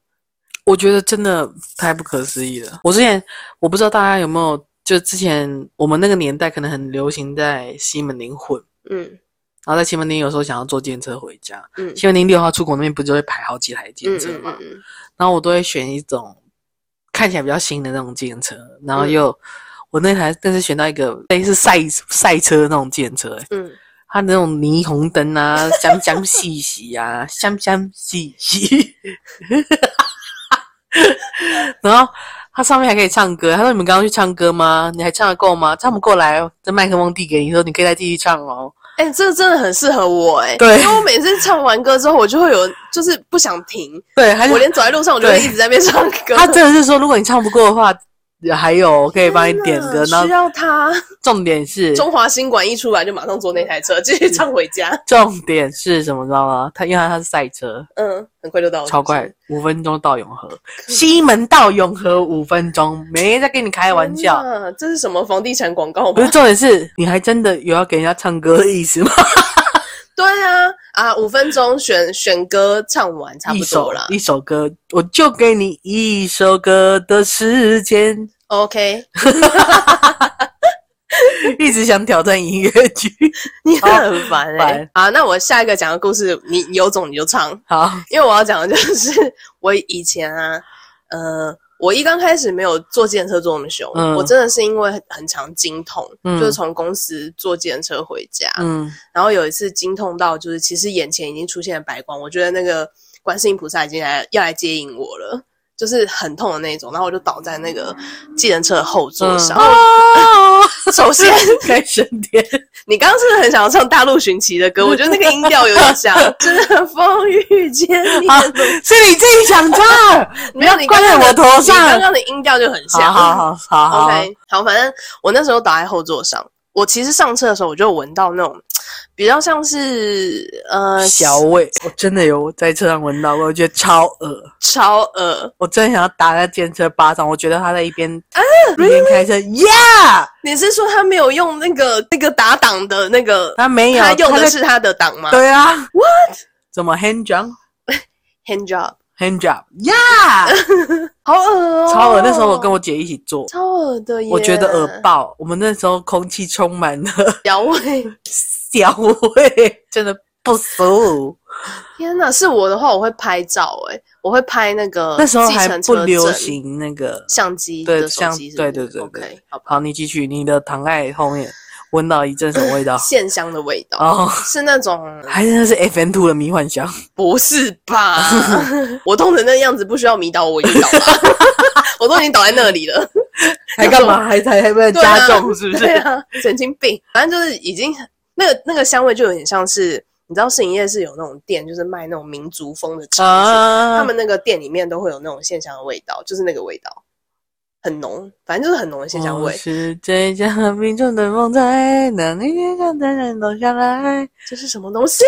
B: 我觉得真的太不可思议了。我之前我不知道大家有没有，就之前我们那个年代可能很流行在西门町混，
A: 嗯
B: 然后在西门町有时候想要坐电车回家，
A: 嗯
B: 西门町六号出口那边不就会排好几台
A: 嗯
B: 电车
A: 嗯
B: 吗？
A: 嗯嗯，
B: 然后我都会选一种看起来比较新的那种电车，然后
A: 嗯
B: 又、我那台但是选到一个类似赛赛车那种电车、欸
A: 嗯，
B: 它那种霓虹灯啊， 香香细细啊，香香细细， 然后。它上面还可以唱歌，他说：“你们刚刚去唱歌吗？你还唱得够吗？唱不过来，哦这麦克风递给你，说你可以再继续唱 哦。
A: 哎、这个真的很适合我哎、
B: 对
A: 因为我每次唱完歌之后，我就会有就是不想停，”
B: 对，他就
A: 我连走在路上我就会
B: 哎对
A: 一直在那边唱歌。
B: 他真的是说，如果你唱不过的话，还有我可以帮你点歌。
A: 真的
B: 然
A: 哦需
B: 后
A: 要他。
B: 重点是，
A: 中华新馆一出来就马上坐那台车，继续唱回 家。
B: 重点是什么？知道吗？他因为他是赛车，
A: 嗯，很快就到了，
B: 超快，五分钟到永和，西门到永和五分钟，没在跟你开
A: 开
B: 玩笑。
A: 这是什么房地产广告
B: 不
A: 吗
B: 是？重点是，你还真的有要给人家唱歌的意思吗？
A: 对啊，啊，五分钟选选歌唱完差
B: 一
A: 不
B: 首
A: 多啦。
B: 一首歌，我就给你一首歌的时间，
A: OK，
B: 一直想挑战音乐 剧。
A: 你很烦哎、
B: 烦
A: 啊，那我下一个讲的故事，你你有种你就唱，
B: 好，
A: 因为我要讲的就是我以前啊，呃，我一刚开始没有坐电车坐那么凶，
B: 嗯
A: 我真的是因为很很常经痛，
B: 嗯
A: 就是从公司坐电车回家，
B: 嗯
A: 然后有一次经痛到，就是其实眼前已经出现了白光，我觉得那个观世音菩萨已经来要来接引我了，就是很痛的那种。然后我就倒在那个计程车的后座
B: 嗯
A: 上。
B: 啊，
A: 首先，
B: 该升 天。
A: 你刚刚是不是很想要唱大陆寻奇的 歌，我觉得那个音调有点像，就是很风雨 见你
B: 啊
A: 的路。
B: 是你自己 想唱，
A: 没有，你
B: 怪
A: 刚
B: 在
A: 刚
B: 我
A: 的
B: 头上
A: 你刚刚的音调就很像。
B: 好好好好好
A: OK，好，反正我那时候倒在后座上，我其实上车的时候我就有闻到那种比较像是呃
B: 小伟，我真的有在车上闻到过，我觉得超恶，
A: 超呃，
B: 我真的想要打他电车巴掌。我觉得他在一边
A: 啊
B: 一边开车，Yeah，
A: 你是说他没有用那个那个打档的那个？
B: 他没有，
A: 他用的
B: 在
A: 是他的档吗？
B: 对啊，What？怎么 hand job，hand
A: ，hand job，
B: job，Yeah，
A: 好恶哦、
B: 超恶。那时候我跟我姐一起做，
A: 超恶的耶，
B: 我觉得恶爆，我们那时候空气充满了
A: 摇尾。
B: 小味，真的不熟。
A: 天哪，是我的话我会拍照哎、我会拍那个
B: 那时候
A: 计
B: 还
A: 程
B: 不
A: 车
B: 流
A: 证
B: 行那个
A: 相机
B: 对
A: 的手
B: 相
A: 机是不
B: 对
A: 是，
B: 对对对
A: OK，好吧，？
B: 好，你继续，你的糖盖后面闻到一阵什么味道
A: 线香的味道、
B: 哦，
A: 是那 种
B: 还真的是 F N Two 的迷 幻香，
A: 不是 吧？我痛成那样子，不需要迷倒我，我已经倒了， 我都已经倒在那里了。
B: 还干嘛？还才还被
A: 对啊
B: 加重是不
A: 对
B: 是？
A: 啊，神经病。反正就是已经那个那个香味就有点像是，你知道摄影夜市有那种店，就是卖那种民族风的茶具，
B: 啊
A: 他们那个店里面都会有那种线香的味道，就是那个味道很浓，反正就是很浓的线香
B: 我
A: 味，
B: 哦是最强命中的风采，让你脸上的人都下来。
A: 这是什么东西？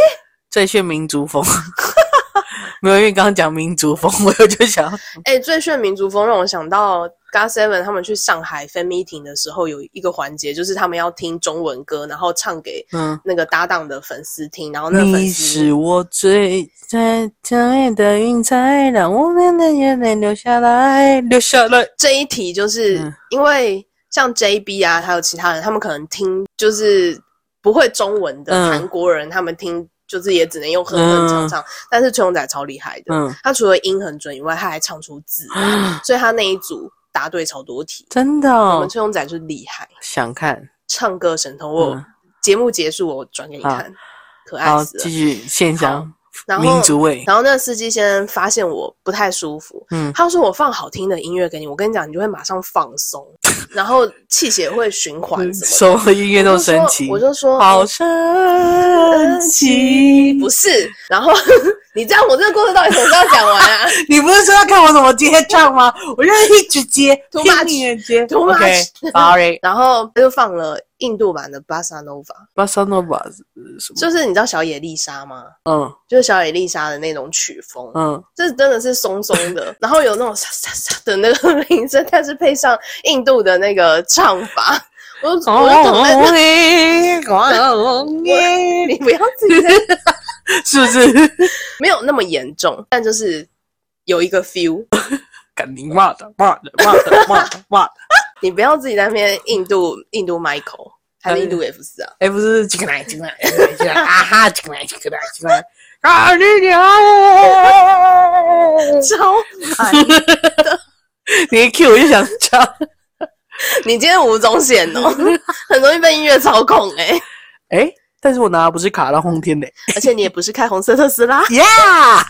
B: 最炫民族风， 没有，因为刚刚讲民族风，我就想
A: 哎、最炫民族风让我想到 g o Seven 他们去上海 fan meeting 的时候，有一个环节就是他们要听中文歌，然后唱给
B: 嗯。
A: 那个搭档的粉丝听，然后那个粉
B: 你
A: 丝
B: 是我最最强烈的云彩，让我们的眼泪流下来，流下来。
A: 这一题就是、
B: 嗯
A: 因为像 JB 啊，还有其他人，他们可能听就是不会中文的
B: 嗯
A: 韩国人，他们听就是也只能用哼哼唱唱。但是崔永仔超厉害的，
B: 嗯，
A: 他除了音很准以外，他还唱出字 来，所以他那一组答对超多题。
B: 真的、
A: 我
B: 哦
A: 们，崔永仔就是厉害，
B: 想看。
A: 唱歌神童。我有
B: 嗯
A: 节目结束我转给你看，可爱
B: 好，
A: 死
B: 继
A: 了。
B: 续线香
A: 然后
B: 民族味，
A: 然后那个司机先生发现我不太舒服，
B: 嗯
A: 他说我放好听的音乐给你，我跟你讲，你就会马上放 松，然后气血会循环什么的。
B: 所 有的音乐都神奇，
A: 我就说，
B: 好
A: 我就说
B: 神奇。
A: 不是，然后 你这样，我这个故事到底什么时候讲完啊
B: 你不是说要看我怎么接唱吗？我就一直接，
A: Too
B: 拼命的接。
A: much，too
B: OK，sorry。
A: 然后他就放了印度版的《巴萨诺瓦
B: b a s a n o v a 什》，么？
A: 就是你知道小野丽莎吗？
B: 嗯
A: 就是小野丽莎的那种曲风，
B: 嗯，
A: 这真的是松松的，然后有那种沙沙沙的那个 铃声，但是配上印度的那个唱法，我
B: 哦
A: 我就懂在这。你不要自己在，
B: 是不是？
A: 没有那么严重，但就是有一个 feel。
B: 赶紧骂的，骂的，骂的，骂的，骂的。
A: 你不要自己在那边印度印度 Michael 还是印度 F 四啊？
B: 哎，不是，进来，进来，进来，啊哈，进来，进来，进来。啊，你你
A: 超烦！
B: 一 Q 我就想唱。
A: 你今天吴宗宪哦， 很容易被音乐操控哎、
B: 哎，但是我拿的不是卡拉轰天的
A: 而且你也不是开红色特斯拉，
B: ，Yeah。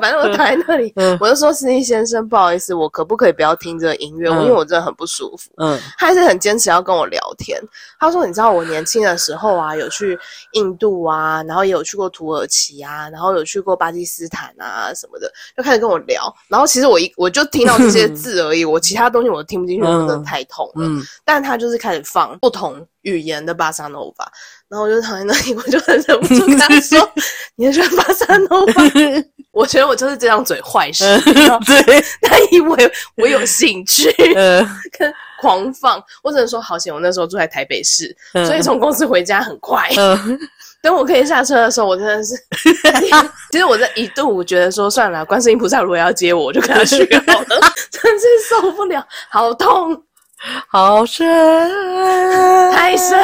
A: 反正我躺在那里，
B: 嗯
A: 我就说司机先生，不好意思，我可不可以不要听这个音乐？
B: 嗯
A: 因为我真的很不舒服。
B: 嗯
A: 他还是很坚持要跟我聊天。他说：“你知道我年轻的时候啊，有去印度啊，然后也有去过土耳其啊，然后有去过巴基斯坦啊什么的，就开始跟我聊。然后其实我一我就听到这些字而已，我其他东西我都听不进去，我真的太痛了。
B: 嗯，
A: 但他就是开始放不同语言的巴萨诺瓦，然后我就躺在那里，我就很忍不住跟他 说：你喜欢巴萨诺瓦？我觉得我就是这张嘴坏事。
B: 嗯
A: 你知道
B: 对，
A: 他以为我有兴趣，
B: 呃，
A: 跟狂放。我只能说，好险我那时候住在台北市，
B: 嗯
A: 所以从公司回家很快。
B: 嗯
A: 等我可以下车的时候，我真的是，其实我在一度我觉得说算了，观世音菩萨如果要接我，我就跟他去好 了，真是受不了，好痛。
B: 好神，
A: 太神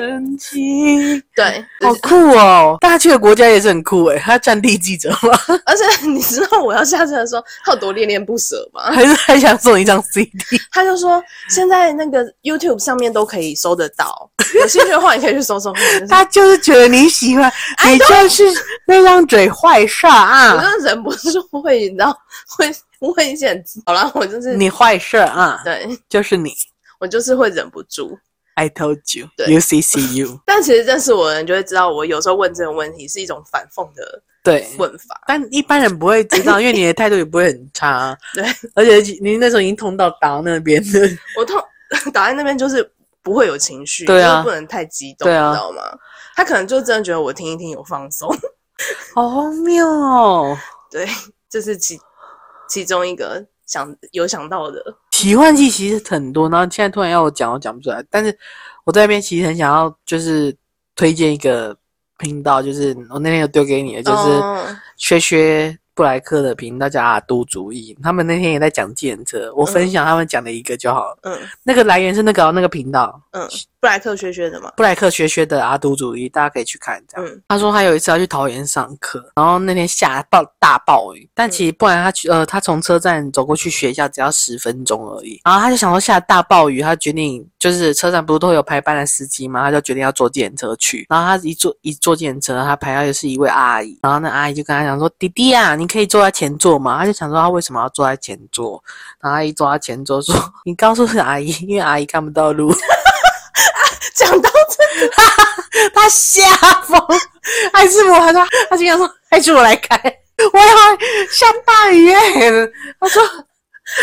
B: 神奇，
A: 对，
B: 好酷哦！大家去的国家也是很酷诶，他战地记者吗？
A: 而且你知道我要下车的时候，他有多恋恋不舍吗？
B: 还是还想送你一张 CD？
A: 他就说现在那个 YouTube 上面都可以搜得到，有兴趣的话你可以去搜 搜看。我就是
B: 他就是觉得你喜 欢，你就是那张嘴坏煞
A: 我
B: 啊！
A: 真的忍不住会，你知道，会问一些很好啦，我就是
B: 你坏事啊！
A: 对
B: 就是你
A: 我就是会忍不住。
B: ，I told you,
A: 对
B: you see see you。
A: 但其实认识我的人就会知道，我有时候问这种问题是一种反讽的
B: 对，
A: 问法。
B: 但一般人不会知 道，因为你的态度也不会很差。
A: 对，
B: 而且你那时候已经通到达那边了。
A: 我通 倒在那边就是不会有情绪，
B: 对
A: 就
B: 啊
A: 是不能太激动，
B: 对啊
A: 你知道吗？他可能就真的觉得我听一听有放松，
B: 好荒谬哦！
A: 对，这是其其中一个想有想到的，
B: 奇幻剧其实很多，然后现在突然要我讲，我讲不出来。但是我在那边其实很想要，就是推荐一个频道，就是我那天有丢给你的，就是
A: 嗯
B: 薛薛布莱克的频道叫阿都主义，他们那天也在讲电车，我分享他们讲的一个就好了。
A: 嗯
B: 那个来源是那个哦、那个频道，
A: 嗯，布莱克学学的嘛，
B: 布莱克学学的阿都主义，大家可以去看。这样，
A: 嗯
B: 他说他有一次要去桃园上课，然后那天下暴大暴雨，但其实不然他去呃他从车站走过去学校只要十分钟而已，然后他就想说下大暴雨，他决定就是车站不是都有排班的司机嘛，他就决定要坐电车去，然后他一坐一坐电车，他排到的是一位阿姨，然后那阿姨就跟他讲说弟弟啊，你可以坐在前座吗？他就想说他为什么要坐在前座，然后阿姨坐在前座说你告诉阿姨，因为阿姨看不到路。
A: 讲到这
B: 他吓疯，还是我，他说，他就跟他说，还是我来开，我要下大雨耶、他说，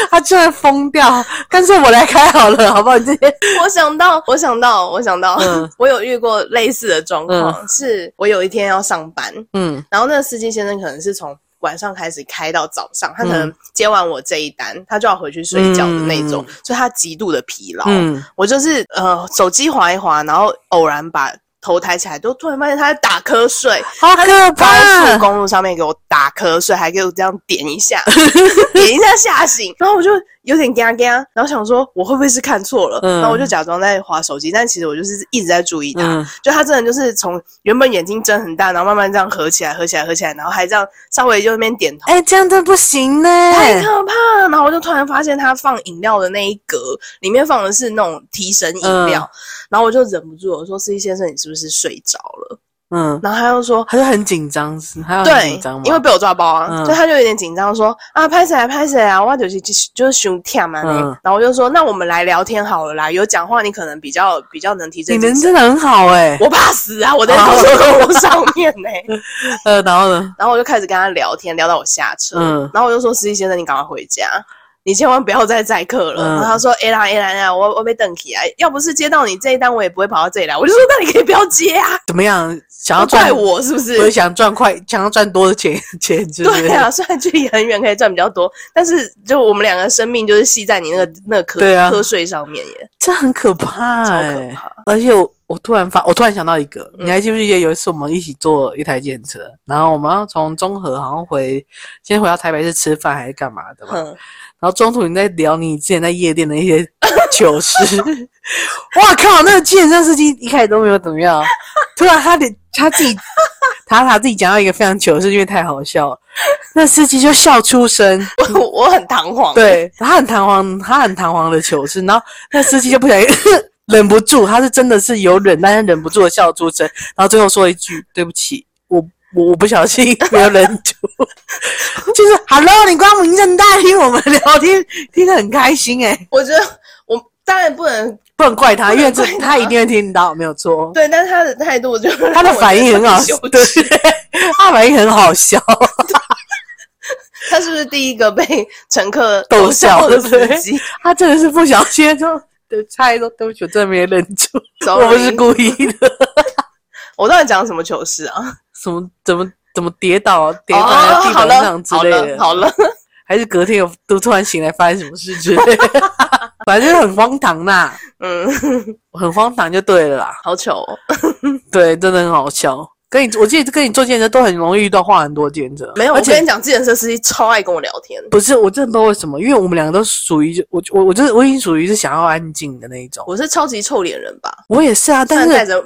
B: 他居然疯掉，干脆我来开好了，好不好？你这些，
A: 我想到，我想到，我想到，
B: 嗯
A: 我有遇过类似的状况，是我有一天要上班，
B: 嗯
A: 然后那个司机先生可能是从晚上开始开到早上，他可能
B: 嗯
A: 接完我这一单，他就要回去睡觉的那种，所以他极度的疲劳。
B: 嗯，
A: 我就是呃，手机滑一滑，然后偶然把头抬起来，都突然发现他在打瞌睡，
B: 好可
A: 高速
B: 怕，
A: 公路上面给我打瞌睡，还给我这样点一 下，点一下吓醒，然后我就有点嘎嘎，然后想说我会不会是看错了，
B: 嗯
A: 然后我就假装在划手机，但其实我就是一直在注意他，
B: 嗯
A: 就他真的就是从原本眼睛睁很大，然后慢慢这样合起来，合起来，合起来，然后还这样稍微就那边点头。
B: 哎、这样真不行呢、
A: 太可怕了！然后我就突然发现他放饮料的那一格里面放的
B: 嗯
A: 是那种提神饮料，然后我就忍不住我说：“司机先生，你是不是睡着了？”
B: 嗯，
A: 然后他又说。
B: 他就很紧张，是他要很
A: 对
B: 啊紧张嘛，，
A: 因为被我抓包啊，
B: 嗯
A: 所以他就有点紧张，说啊，拍谁啊，拍谁啊，我就是就是胸跳嘛。
B: 嗯
A: 然后我就说，那我们来聊天好了啦，有讲话你可能比较比较能提振
B: 你
A: 精
B: 人
A: 神。
B: 真的哦很好哎、
A: 我怕死啊，我在工作我上面呢、
B: 呃，然后呢，
A: 然后我就开始跟他聊天，聊到我下车，
B: 嗯
A: 然后我就说：“司机先生，你赶快回家，你千万不要再载客了。
B: 嗯
A: 然后他说：“哎、啦哎、啦哎啦，我我被瞪起来，要不是接到你这一单，我也不会跑到这里来。”我就说：“那你可以不要接 啊，
B: 怎么样？想要
A: 不怪
B: 赚，
A: 我是不
B: 我也
A: 是？”
B: 想赚快，想要赚多的钱钱，是不是？
A: 对啊，虽然距离很远，可以赚比较多，但是就我们两个生命就是系在你那个那颗
B: 对啊
A: 瞌睡上面耶，
B: 这很可怕、
A: 超
B: 欸，
A: 可怕。
B: 而且我我突然发，我突然想到一个，
A: 嗯
B: 你还记不记得有一次我们一起坐一台电车，然后我们要从中和好像回，先回到台北市吃饭还是干嘛的嘛？
A: 哼，
B: 然后中途你在聊你之前在夜店的一些糗事， 哇靠！那个计程车司机一开始都没有怎么样，突然他得他自己他他自己讲到一个非常糗事，因为太好笑了，那司机就笑出声。
A: 我我很堂皇。，
B: 对他很弹簧，他很弹簧的糗事，然后那司机就不小心 忍不住，他是真的是有忍，但是忍不住的笑出声，然后最后说一句：“对不起，我我我不小心 没有忍住。”就是 “Hello，你光明正大听我们聊天，听得很开心诶、
A: 我觉得我当然不能
B: 不能怪他，因为这
A: 不能怪他
B: 他一定会听到，没有错。
A: 对，但是他的态度就
B: 他的反应很好， 对，他反应很好笑，
A: 他是不是第一个被乘客
B: 逗
A: 笑
B: 笑
A: 的
B: 的
A: 司机？
B: 他真的是不小心就对，差一点说对不起，我真的没忍住， 我不是
A: Sorry
B: 故意的。
A: 我到底讲什么糗事啊？
B: 什么怎么怎么跌倒啊，跌
A: 哦，
B: 倒在地
A: 好
B: 板
A: 了，
B: 上之类的，
A: 好了，好了，
B: 还是隔天有都突然醒来发生什么事之类的， 反正很荒唐啦，
A: 嗯，
B: 很荒唐就对了啦，
A: 好糗哦、
B: 对，真的很好笑。跟你，我记得跟你坐电车都很容易遇到话很多的电车，
A: 没有，我
B: 而
A: 跟
B: 且
A: 你讲，计程车司机超爱跟我聊天，
B: 不是，我真的不知道为什么，因为我们两个都属于我我我就是我已经属于是想要安静的那一种，
A: 我是超级臭脸人吧？
B: 我也是啊，
A: 虽然
B: 但
A: 戴
B: 是
A: 着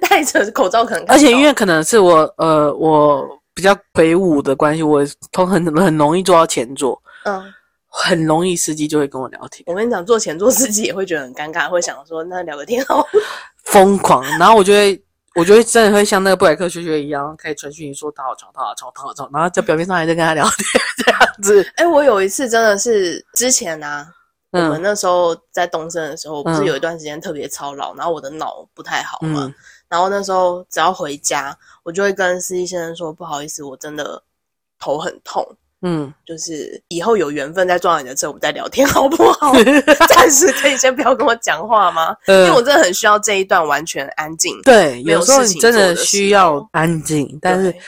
A: 戴着口罩，可能看不到
B: 而且因为可能是我呃我比较魁梧的关系，我通很很容易坐到前座，
A: 嗯，
B: 很容易司机就会跟我聊天。
A: 我跟你讲，做前座司机也会觉得很尴尬，会想说那聊个天好了，
B: 疯狂，然后我就会，我就会真的会像那个布莱克学学一样，开始传讯息说他好吵，他好吵，他好吵，然后在表面上还在跟他聊天这样子。
A: 哎、我有一次真的是之前啊，我们
B: 嗯
A: 那时候在东升的时候，不是
B: 嗯
A: 有一段时间特别操劳，然后我的脑不太好嘛，
B: 嗯
A: 然后那时候只要回家，我就会跟司机先生说：“不好意思，我真的头很痛，
B: 嗯，
A: 就是以后有缘分再撞到你的车，我们再聊天 好不好？暂时可以先不要跟我讲话吗？哦因为我
B: 呃，
A: 真的很需要这一段完全安静。
B: 对，
A: 没有
B: 有时候
A: 事
B: 你
A: 情
B: 真
A: 做的
B: 的
A: 时
B: 需要
A: 候
B: 安静，但是
A: 对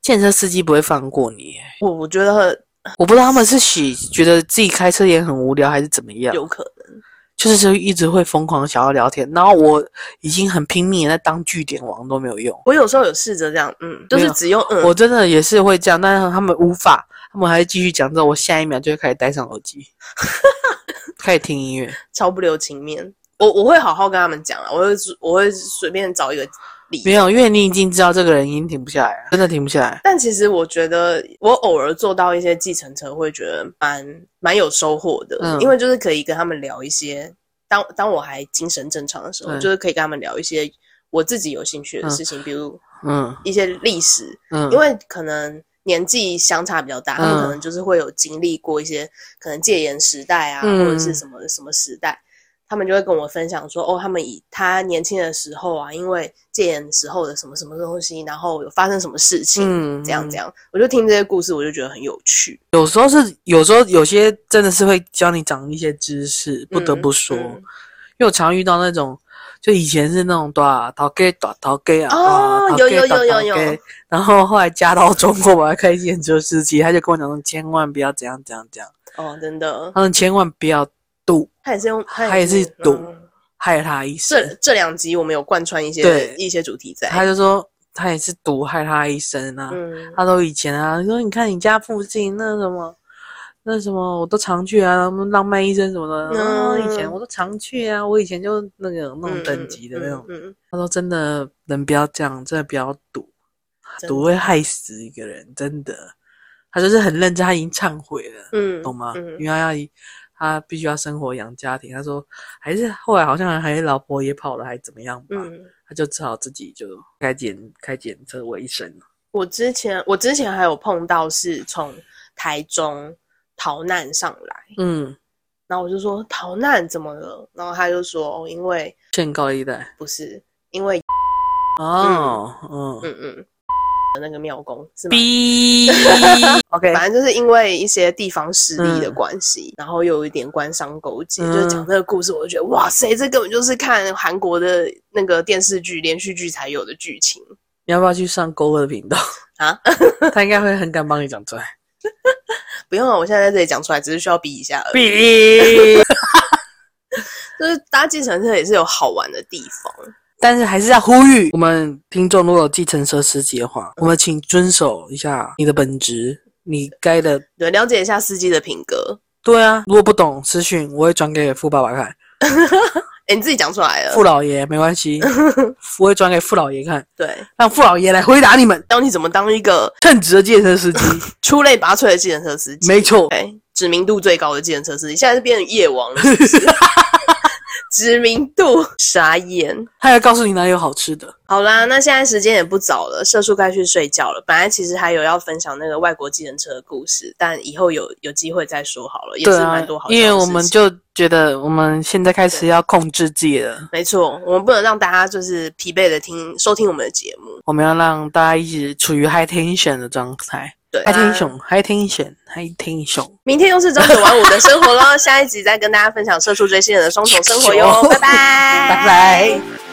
B: 健身司机不会放过你。
A: 我我觉得
B: 我不知道他们是喜觉得自己开车也很无聊，还是怎么样，
A: 有可能，
B: 就是就一直会疯狂想要聊天。然后我已经很拼命地在当据点王都没有用。
A: 我有时候有试着这样，嗯，就
B: 没
A: 是
B: 有
A: 只用 嗯，
B: 我真的也是会这样，但是他们无法，他们还是继续讲之后，我下一秒就会开始戴上耳机， 开始听音乐。
A: 超不留情面。我我会好好跟他们讲啊，我会我会随便找一个理由
B: 没有，因为你已经知道这个人已经停不下来了，真的停不下来。
A: 但其实我觉得，我偶尔坐到一些计程车，会觉得蛮蛮有收获的，
B: 嗯
A: 因为就是可以跟他们聊一些，当当我还精神正常的时候，
B: 对
A: 就是可以跟他们聊一些我自己有兴趣的事情，比如
B: 嗯
A: 一些历史，
B: 嗯，
A: 因为可能年纪相差比较大，他们
B: 嗯
A: 可能就是会有经历过一些可能戒严时代啊，
B: 嗯
A: 或者是什么什么时代，他们就会跟我分享说，哦，他们以他年轻的时候啊，因为戒严时候的什么什么东西，然后有发生什么事情，
B: 嗯
A: 这样这
B: 样。
A: 样，我就听这些故事，我就觉得很有趣。
B: 有时候是，有时候有些真的是会教你长一些知识，不得不说，
A: 嗯
B: 因为我常遇到那种。就以前是那种多啊，逃 gay 打逃 gay 啊，
A: 哦
B: 啊
A: 有有有有，
B: 逃 gay，
A: 有
B: 逃 gay 然后后来嫁到中国，我还开见车司机，他就跟我讲说，千万不要怎样怎样怎样，
A: 哦，真的，
B: 他们千万不要赌，
A: 他也是用，
B: 他也是赌
A: 嗯
B: 害他一
A: 这
B: 生。
A: 这两集我们有贯穿一些
B: 对
A: 一些主题在，
B: 他就说他也是毒害他一生啊。
A: 嗯，
B: 他都以前啊，说你看你家附近那什么，那什么我都常去啊，什么浪漫医生什么的，
A: 嗯
B: 嗯、以前我都常去啊，我以前就那个那种
A: 嗯
B: 等级的那种。
A: 嗯嗯嗯
B: 他说真的，人不要这样，真的不要赌，
A: 真的
B: 赌会害死一个人，真的。他就是很认真，他已经忏悔了。
A: 嗯，
B: 懂吗？
A: 嗯
B: 因为他要以他必须要生活养家庭。他说还是后来好像还老婆也跑了，还怎么样吧？
A: 嗯，
B: 他就只好自己就开检开检车为生了。
A: 我之前我之前还有碰到是从台中逃难上来，
B: 嗯，
A: 然后我就说逃难怎么了？然后他就说哦，因为
B: 欠高利贷
A: 不是因为
B: 哦，嗯
A: 嗯嗯那个庙公是吗？
B: 逼 ，OK，
A: 反正就是因为一些地方势力的关系，然后又有一点官商勾结，
B: 嗯
A: 就讲那个故事，我就觉得哇塞，这根本就是看韩国的那个电视剧、连续剧才有的剧情
B: 你要不要去上勾哥的频道？
A: 啊！
B: 他应该会很敢帮你讲出来。
A: 不用啊了，我现在在这里讲出来，只是需要比一下而已。
B: 逼，
A: 就是搭计程车也是有好玩的地方，
B: 但是还是要呼吁我们听众，如果有计程车司机的话，我们请遵守一下你的本职，你该的。
A: 对，了解一下司机的品格。
B: 对啊，如果不懂私讯，我会转给富爸爸看，
A: 哎，你自己讲出来了
B: 富，老爷没关系，我会转给富老爷看，
A: 对，
B: 让富老爷来回答你们
A: 教你怎么当一个
B: 称职的计程 车司机。
A: 出类拔萃的计程车司机。
B: 没错，
A: 哎，知名度最高的计程车司机，现在是变成夜王 了，是不是知名度傻眼。
B: 他要告诉你哪里有好吃的。
A: 好啦，那现在时间也不早了，社畜该去睡觉了。本来其实还有要分享那个外国计程车的故事，但以后有有机会再说好了，也
B: 对
A: 是
B: 啊
A: 蛮多好，笑的
B: 因
A: 事情。
B: 为我们就觉得我们现在开始要控制自己了，
A: 没错，我们不能让大家就是疲惫的听收听我们的节目。
B: 我们要让大家一直处于 high tension 的状态。
A: 对，
B: high
A: 那
B: tension，high tension，high tension。
A: 明天又是朝九晚五的 生活喽，下一集再跟大家分享社畜追星人的双重生活
B: 羞
A: 哟，拜拜，
B: 拜拜。